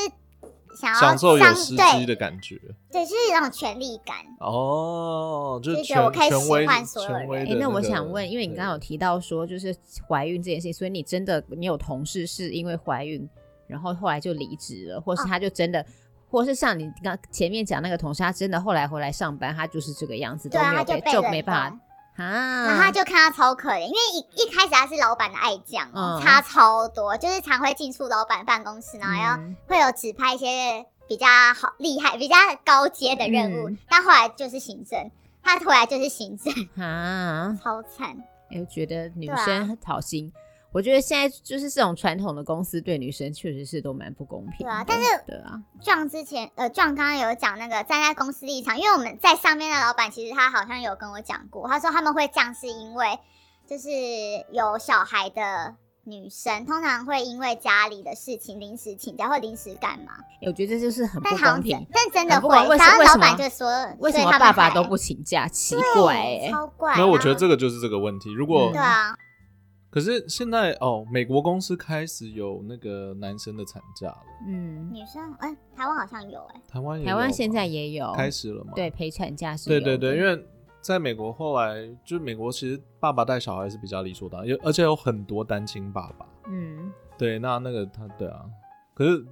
Speaker 3: 想要
Speaker 2: 享受有
Speaker 3: 相
Speaker 2: 司机
Speaker 3: 对
Speaker 2: 的感觉
Speaker 3: 对，就是那种权力感。
Speaker 2: 哦，就
Speaker 3: 就是觉
Speaker 2: 权
Speaker 3: 得我可以
Speaker 2: 权威
Speaker 3: 喜欢所有
Speaker 2: 权威
Speaker 1: 哎、
Speaker 2: 的个。
Speaker 1: 那我想问，因为你刚刚有
Speaker 2: 对
Speaker 1: 提到说，就是怀孕这件事情，所以你真的你有同事是因为怀孕，然后后来就离职了，或是
Speaker 3: 哦
Speaker 1: 他就真的，或是像你刚前面讲那个同事，他真的后来回来上班，他就是这个样子，
Speaker 3: 对
Speaker 1: 都
Speaker 3: 啊，
Speaker 1: 没
Speaker 3: 他
Speaker 1: 有
Speaker 3: 就
Speaker 1: 被
Speaker 3: 被
Speaker 1: 就
Speaker 3: 冷
Speaker 1: 没办
Speaker 3: 冻
Speaker 1: 法啊，
Speaker 3: 然后他就看他超可怜，因为一一开始他是老板的爱将哦，
Speaker 1: 嗯
Speaker 3: 差超多，就是常会进出老板办公室，然后要
Speaker 1: 嗯
Speaker 3: 会有指派一些比较好厉害、比较高阶的任务
Speaker 1: 嗯，
Speaker 3: 但后来就是行政，他回来就是行政，
Speaker 1: 啊，
Speaker 3: 超惨。
Speaker 1: 哎我觉得女
Speaker 3: 对啊
Speaker 1: 生很讨薪。我觉得现在就是这种传统的公司对女生确实是都蛮不公平的。
Speaker 3: 对啊但是
Speaker 1: 对啊，
Speaker 3: 壮之前，呃，壮刚刚有讲那个站在公司立场，因为我们在上面的老板其实他好像有跟我讲过，他说他们会这样是因为就是有小孩的女生通常会因为家里的事情临时请假或临时干嘛，
Speaker 1: 哎我觉得这就是很
Speaker 3: 但
Speaker 1: 不
Speaker 3: 好像
Speaker 1: 公
Speaker 3: 真
Speaker 1: 平。
Speaker 3: 但真的
Speaker 1: 很不
Speaker 3: 会，
Speaker 1: 管为什
Speaker 3: 然后
Speaker 1: 为什
Speaker 3: 老
Speaker 1: 么
Speaker 3: 板就说，
Speaker 1: 为什
Speaker 3: 所以
Speaker 1: 么
Speaker 3: 他
Speaker 1: 爸
Speaker 3: 们
Speaker 1: 爸
Speaker 3: 才
Speaker 1: 都不请假？奇
Speaker 3: 对
Speaker 1: 怪、欸，
Speaker 3: 超怪。
Speaker 2: 没有，我觉得
Speaker 3: 然后
Speaker 2: 这个就是这个问题。如
Speaker 1: 嗯
Speaker 2: 果
Speaker 3: 啊对啊，
Speaker 2: 可是现在哦，美国公司开始有那个男生的产假了，
Speaker 1: 嗯，
Speaker 3: 女生，哎、台湾好像有哎、
Speaker 2: 台湾也
Speaker 1: 台
Speaker 2: 有
Speaker 1: 湾
Speaker 2: 吧
Speaker 1: 现在也有
Speaker 2: 开始了嘛？
Speaker 1: 对陪产假是
Speaker 2: 对
Speaker 1: 有
Speaker 2: 对
Speaker 1: 的，
Speaker 2: 对，因为在美国后来就是美国其实爸爸带小孩是比较理所当然，有而且有很多单亲爸爸。
Speaker 1: 嗯，
Speaker 2: 对，那那个他对啊，可是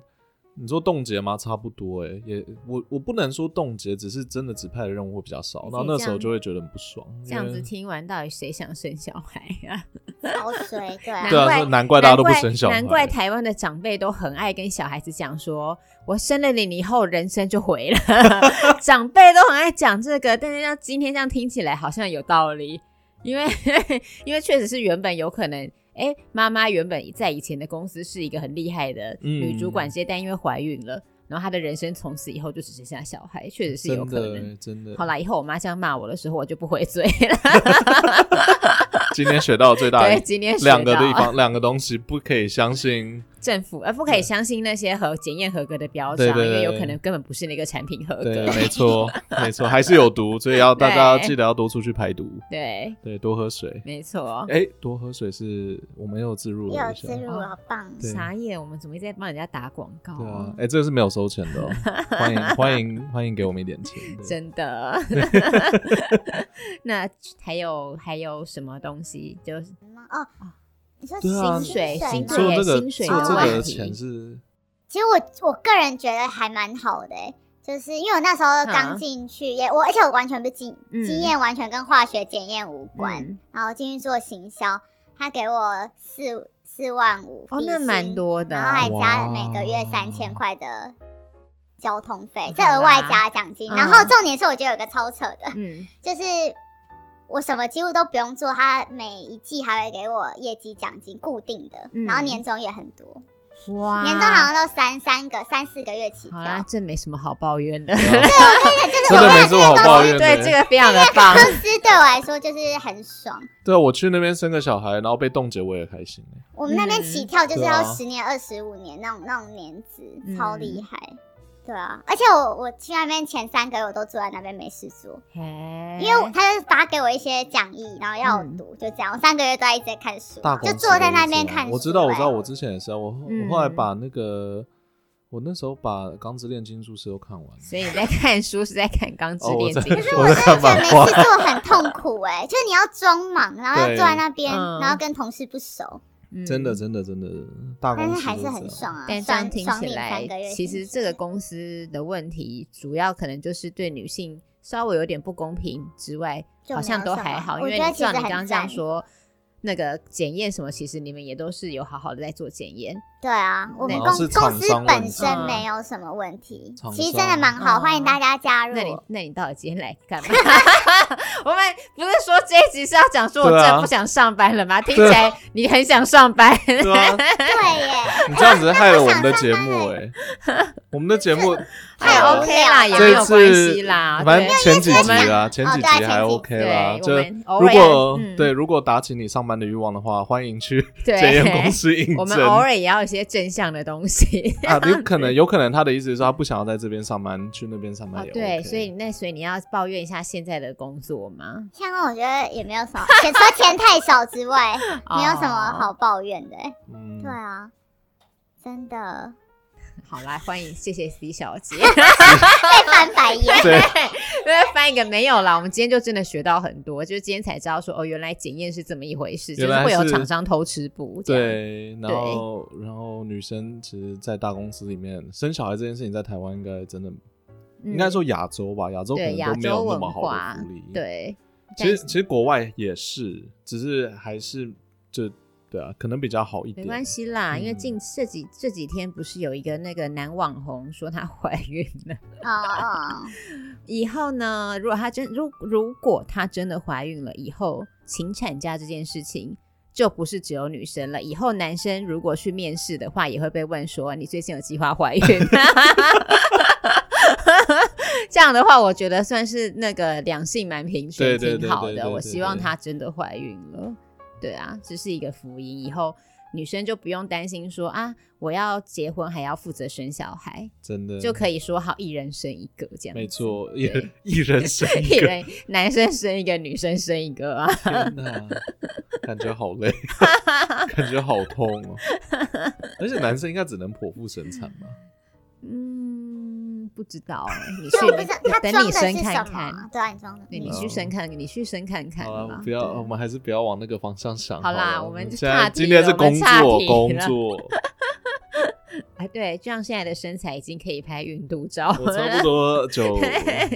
Speaker 2: 你说冻结吗？差不多哎、也我我不能说冻结，只是真的指派的任务会比较少
Speaker 1: 而，且
Speaker 2: 然后那
Speaker 1: 这
Speaker 2: 时候
Speaker 1: 样
Speaker 2: 就会觉得很不爽。
Speaker 1: 这样
Speaker 2: 因为
Speaker 1: 子听完，到底谁想生小孩啊？
Speaker 3: 潮水对啊，
Speaker 2: 对啊，
Speaker 1: 难怪
Speaker 2: 所以难怪大家都不
Speaker 1: 难怪
Speaker 2: 生小孩，
Speaker 1: 难怪台湾的长辈都很爱跟小孩子讲说：“我生了你，你以后人生就毁了。” 长辈都很爱讲这个，但是像今天这样听起来好像有道理，因为 因为确实是原本有可能。哎，妈妈原本在以前的公司是一个很厉害的女主管
Speaker 2: 嗯
Speaker 1: 直接但因为怀孕了，然后她的人生从此以后就只剩下小孩，确实是有
Speaker 2: 真
Speaker 1: 可
Speaker 2: 的
Speaker 1: 能
Speaker 2: 欸。真的。
Speaker 1: 好啦，以后我妈这样骂我的时候，我就不回嘴了。
Speaker 2: 今天学到最大
Speaker 1: 对，
Speaker 2: 的
Speaker 1: 今天学
Speaker 2: 两个
Speaker 1: 到
Speaker 2: 地方，两个东西不可以相信。
Speaker 1: 政府，呃而不可以相信那些合检验合格的标章，
Speaker 2: 对对对
Speaker 1: 因为有可
Speaker 2: 对
Speaker 1: 能根本不是那个产品合格。
Speaker 2: 对，
Speaker 1: 对，
Speaker 2: 没错，没错，还是有毒，所以要大家
Speaker 1: 对
Speaker 2: 记得要多出去排毒，对，多喝水。
Speaker 1: 没错。
Speaker 2: 哎，多喝水是我们又自入
Speaker 3: 也
Speaker 2: 了
Speaker 3: 有
Speaker 2: 一下
Speaker 3: 自，入，好棒。
Speaker 2: 对啊
Speaker 1: 傻眼，我们怎么一直在帮人家打广告、
Speaker 2: 对啊，哎，这个是没有收钱的哦，欢迎欢迎欢迎给我们一点钱，对
Speaker 1: 真的。 那还有还有什么东西？就是
Speaker 3: 哦，你说
Speaker 2: 对啊
Speaker 3: 薪
Speaker 1: 薪水
Speaker 3: 水
Speaker 1: 薪
Speaker 3: 吗
Speaker 1: 水
Speaker 2: 所以这
Speaker 1: 薪
Speaker 2: 个
Speaker 1: 水
Speaker 2: 所以这
Speaker 3: 的问
Speaker 2: 个
Speaker 1: 题
Speaker 2: 钱是
Speaker 3: 其实我我个人觉得还蛮好的、欸，就是因为我那时候刚进去也我，而且我完全不经
Speaker 1: 嗯
Speaker 3: 经验完全跟化学检验无关，
Speaker 1: 嗯
Speaker 3: 然后进去做行销，他给我四四万五，
Speaker 1: 哦，那蛮，多的
Speaker 3: 然后还
Speaker 1: 啊。
Speaker 3: 加了
Speaker 2: 哇
Speaker 3: 每个月三千块的交通费，
Speaker 1: 好
Speaker 3: 这
Speaker 1: 啦
Speaker 3: 额外加奖金，
Speaker 1: 嗯
Speaker 3: 然后重点是我觉得有个超扯的，
Speaker 1: 嗯，
Speaker 3: 就是。我什么几乎都不用做，他每一季还会给我业绩奖金，固定的，
Speaker 1: 嗯
Speaker 3: 然后年终也很多。
Speaker 1: 哇，
Speaker 3: 嗯年终好像都三三个、三四个月起跳
Speaker 1: 啊好。啦，这没什么好抱怨的。
Speaker 2: 对啊 真的没什么好 抱怨的。
Speaker 1: 对，这个非常的棒
Speaker 3: 公。司对我来说就是很爽。
Speaker 2: 对啊，我去那边生个小孩，然后被冻结，我也开心哎。
Speaker 3: 我们那边
Speaker 1: 嗯
Speaker 3: 起跳就是要
Speaker 2: 对啊
Speaker 3: 十年、二十五年那种那种年资，
Speaker 1: 嗯
Speaker 3: 超厉害。对啊，而且我我去那边前三个月我都坐在那边没事做，
Speaker 1: 嘿
Speaker 3: 因为我他就是发给我一些讲义，然后要我
Speaker 1: 嗯
Speaker 3: 读，就这样。我三个月都在一直在看书
Speaker 2: 大，公
Speaker 3: 就
Speaker 2: 司
Speaker 3: 坐在那边
Speaker 2: 的
Speaker 3: 看书。
Speaker 2: 我知道，我知道，
Speaker 3: 哎
Speaker 2: 我之前也是啊。我后
Speaker 1: 嗯
Speaker 2: 我后来把那个，我那时候把《钢之炼金术师》都看完了。
Speaker 1: 所以你在看书是在看《钢之
Speaker 2: 哦我
Speaker 1: 炼
Speaker 2: 在
Speaker 1: 金术》
Speaker 2: 我在看
Speaker 3: 真的
Speaker 2: 漫
Speaker 3: 没
Speaker 2: 画
Speaker 3: 事。做很痛苦哎、就是你要装忙，然后要
Speaker 2: 对
Speaker 3: 坐在那边，
Speaker 1: 嗯
Speaker 3: 然后跟同事不熟，
Speaker 1: 嗯
Speaker 2: 真的，真的，真的，大公
Speaker 3: 但
Speaker 2: 司
Speaker 3: 是还
Speaker 2: 都
Speaker 3: 是
Speaker 2: 这
Speaker 3: 很
Speaker 2: 样
Speaker 3: 爽啊。
Speaker 1: 但这样
Speaker 3: 爽
Speaker 1: 听
Speaker 3: 爽
Speaker 1: 起
Speaker 3: 领
Speaker 1: 来
Speaker 3: 三个月，
Speaker 1: 其
Speaker 3: 薪
Speaker 1: 实这
Speaker 3: 水
Speaker 1: 个公司的问题主要可能就是对女性稍微有点不公平之外，
Speaker 3: 就
Speaker 1: 好像
Speaker 3: 没有
Speaker 1: 都
Speaker 3: 什
Speaker 1: 还
Speaker 3: 么
Speaker 1: 好。因
Speaker 3: 我
Speaker 1: 为
Speaker 3: 觉得其
Speaker 1: 照
Speaker 3: 实
Speaker 1: 你
Speaker 3: 很
Speaker 1: 刚刚这样
Speaker 3: 赞
Speaker 1: 说，那个检验什么，其实你们也都是有好好的在做检验。
Speaker 3: 对啊，我们
Speaker 1: 然
Speaker 3: 公
Speaker 1: 后
Speaker 2: 哦是
Speaker 3: 公
Speaker 2: 厂
Speaker 3: 司
Speaker 2: 商问
Speaker 3: 本
Speaker 2: 题啊
Speaker 3: 身没有什么问题，
Speaker 2: 厂
Speaker 3: 其实真的
Speaker 2: 商
Speaker 3: 蛮好，欢迎大家加入
Speaker 1: 哦那。你那你到底今天来干嘛？ 我们不是说这一集是要讲说我
Speaker 2: 对
Speaker 1: 真
Speaker 2: 啊
Speaker 1: 的不想上班了吗？听起
Speaker 2: 对啊
Speaker 1: 来你很想上班。
Speaker 2: 对啊，
Speaker 3: 对耶，
Speaker 2: 你这样子害了我们的节目哎、我们的节 目
Speaker 1: 太
Speaker 3: 好
Speaker 1: OK 啦，也没
Speaker 2: 这
Speaker 1: 有
Speaker 2: 次
Speaker 1: 关系啦。
Speaker 2: 反正
Speaker 1: 啊对
Speaker 2: 前几
Speaker 1: 我
Speaker 2: 集
Speaker 1: 们
Speaker 2: 啦，前几
Speaker 3: 哦对啊
Speaker 2: 集还
Speaker 3: 前几
Speaker 2: OK
Speaker 1: 对
Speaker 2: 啦。
Speaker 1: 我
Speaker 2: 就
Speaker 1: 们偶
Speaker 2: 如
Speaker 1: 尔
Speaker 2: 果
Speaker 1: 嗯
Speaker 2: 对如果打起你上班的欲望的话，欢迎去
Speaker 1: 对
Speaker 2: 检验公司 应
Speaker 1: 我们
Speaker 2: 征
Speaker 1: 偶尔也要有一些正向的东 西。
Speaker 2: 啊。 有可能有可能他的意思是他不想要在这边上班，去那边上班
Speaker 1: 哦
Speaker 2: 也，
Speaker 1: 对，
Speaker 2: OK
Speaker 1: 所以那所以你要抱怨一下现在的工作 吗？
Speaker 3: 像我觉得也没有什么，钱除了钱太少之外，没有什
Speaker 1: 哦
Speaker 3: 么好抱怨的。
Speaker 2: 嗯
Speaker 3: 对啊，真 的
Speaker 1: 好啦，欢迎，谢谢 C 小 姐。
Speaker 3: 被翻 白眼。
Speaker 2: 对，
Speaker 1: 对，翻一个没有啦，我们今天就真的学到很多，就是今天才知道说哦，原来检验是这么一回事，就
Speaker 2: 原来
Speaker 1: 会有
Speaker 2: 是
Speaker 1: 厂商偷吃补。这样，
Speaker 2: 对，然后然后女生其实，在大公司里面生小孩这件事情，在台湾应该真的、
Speaker 1: 嗯
Speaker 2: 应该说亚洲吧，亚洲可
Speaker 1: 对
Speaker 2: 能
Speaker 1: 亚
Speaker 2: 都没
Speaker 1: 洲
Speaker 2: 有那
Speaker 1: 文
Speaker 2: 么好
Speaker 1: 化
Speaker 2: 的福利。，
Speaker 1: 对，
Speaker 2: 其
Speaker 1: 但
Speaker 2: 实其实国外也是，只是还是就对啊，可能比较好一
Speaker 1: 没
Speaker 2: 点。
Speaker 1: 关系啦，因为
Speaker 2: 嗯
Speaker 1: 近这几这几天不是有一个那个男网红说她怀孕了，
Speaker 3: 哦哦，
Speaker 1: 以后呢，如果她真如如果她真的怀孕了，以后请产假这件事情。就不是只有女生了，以后男生如果去面试的话，也会被问说你最近有计划怀孕？ 这样的话，我觉得算是那个两性蛮平
Speaker 2: 对
Speaker 1: 权，
Speaker 2: 对
Speaker 1: 挺
Speaker 2: 对
Speaker 1: 好
Speaker 2: 对
Speaker 1: 的。
Speaker 2: 对
Speaker 1: 我
Speaker 2: 对
Speaker 1: 希望
Speaker 2: 对
Speaker 1: 她真的怀孕了，对啊，这是一个福音。以后女生就不用担心说啊，我要结婚还要负责生小孩，
Speaker 2: 真的
Speaker 1: 就可以说好一人生一个这样。
Speaker 2: 没，错，一
Speaker 1: 对
Speaker 2: 人一人生
Speaker 1: 一
Speaker 2: 个，
Speaker 1: 人男生生一个，女生生一个啊。
Speaker 2: 天哪，感觉好累， 感觉好痛 哦。而且男生应该只能剖腹生产吧？
Speaker 1: 嗯，不知道欸，你去
Speaker 3: 啊就我不知道他
Speaker 1: 等
Speaker 3: 装
Speaker 1: 你
Speaker 3: 的
Speaker 1: 生
Speaker 3: 是
Speaker 1: 看
Speaker 3: 什
Speaker 1: 看。
Speaker 3: 么？对啊，你装的。
Speaker 1: 对，你
Speaker 3: 嗯
Speaker 1: 去生看，你去生看看
Speaker 2: 好
Speaker 1: 吧
Speaker 2: 了，。不要，
Speaker 1: 对
Speaker 2: 我们还是不要往那个方向想
Speaker 1: 好啦
Speaker 2: 了
Speaker 1: 我们就
Speaker 2: 现
Speaker 1: 岔
Speaker 2: 在
Speaker 1: 题
Speaker 2: 今天
Speaker 1: 了
Speaker 2: 是
Speaker 1: 我们
Speaker 2: 工
Speaker 1: 岔
Speaker 2: 作，
Speaker 1: 题
Speaker 2: 工
Speaker 1: 了
Speaker 2: 作，
Speaker 1: 哎，对，就像现在的身材已经可以拍孕肚照
Speaker 2: 我差
Speaker 1: 了
Speaker 2: 不。多九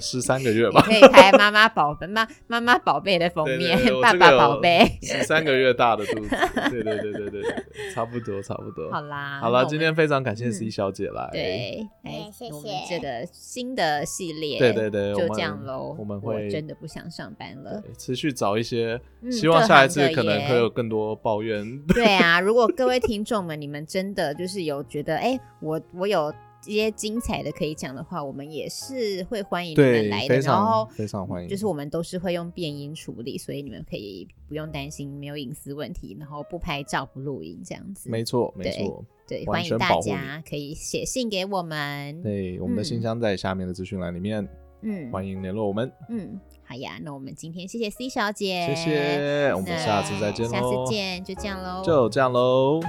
Speaker 2: 十三个月
Speaker 1: 也
Speaker 2: 吧，
Speaker 1: 可以拍妈妈宝贝、妈妈妈宝贝的封
Speaker 2: 对对
Speaker 1: 面，
Speaker 2: 对，我
Speaker 1: 爸
Speaker 2: 这
Speaker 1: 爸
Speaker 2: 个
Speaker 1: 宝
Speaker 2: 有
Speaker 1: 贝。
Speaker 2: 十三个月大的肚子，对对对对对对，差不多差不多。
Speaker 1: 好啦，那
Speaker 2: 好
Speaker 1: 我
Speaker 2: 了，
Speaker 1: 们
Speaker 2: 今天非常感谢
Speaker 1: 嗯
Speaker 2: C 小姐来，
Speaker 1: 对，哎
Speaker 3: 哎，谢
Speaker 1: 我们
Speaker 3: 谢
Speaker 1: 这个新的系列，
Speaker 2: 对对对
Speaker 1: 就
Speaker 2: 我们
Speaker 1: 这样喽。
Speaker 2: 我们会
Speaker 1: 真的不想上班了。
Speaker 2: 对持续找一些，
Speaker 1: 嗯
Speaker 2: 希望下一次
Speaker 1: 各行各
Speaker 2: 可能
Speaker 1: 业
Speaker 2: 会有更多抱怨。
Speaker 1: 对啊，如果各位听众们，你们真的就是有觉得，哎，我我有一些精彩的可以讲的话，我们也是会欢迎你们
Speaker 2: 对
Speaker 1: 来，的。
Speaker 2: 非
Speaker 1: 然后
Speaker 2: 常非常欢迎。
Speaker 1: 就是我们都是会用变音处理，所以你们可以不用担心没有隐私问题，然后不拍照不录音这样子。
Speaker 2: 没错没
Speaker 1: 对
Speaker 2: 错，
Speaker 1: 对，
Speaker 2: 完
Speaker 1: 欢迎
Speaker 2: 全
Speaker 1: 大
Speaker 2: 保护你
Speaker 1: 家可以写信给我们。
Speaker 2: 对，我们的
Speaker 1: 嗯
Speaker 2: 信箱在下面的资讯栏里面，
Speaker 1: 嗯
Speaker 2: 欢迎联络我们。
Speaker 1: 嗯，好呀，那我们今天谢谢 C 小姐，
Speaker 2: 谢谢，我们
Speaker 1: 那
Speaker 2: 下次再见
Speaker 1: 下
Speaker 2: 喽，
Speaker 1: 次见，就这样喽，
Speaker 2: 就这样喽，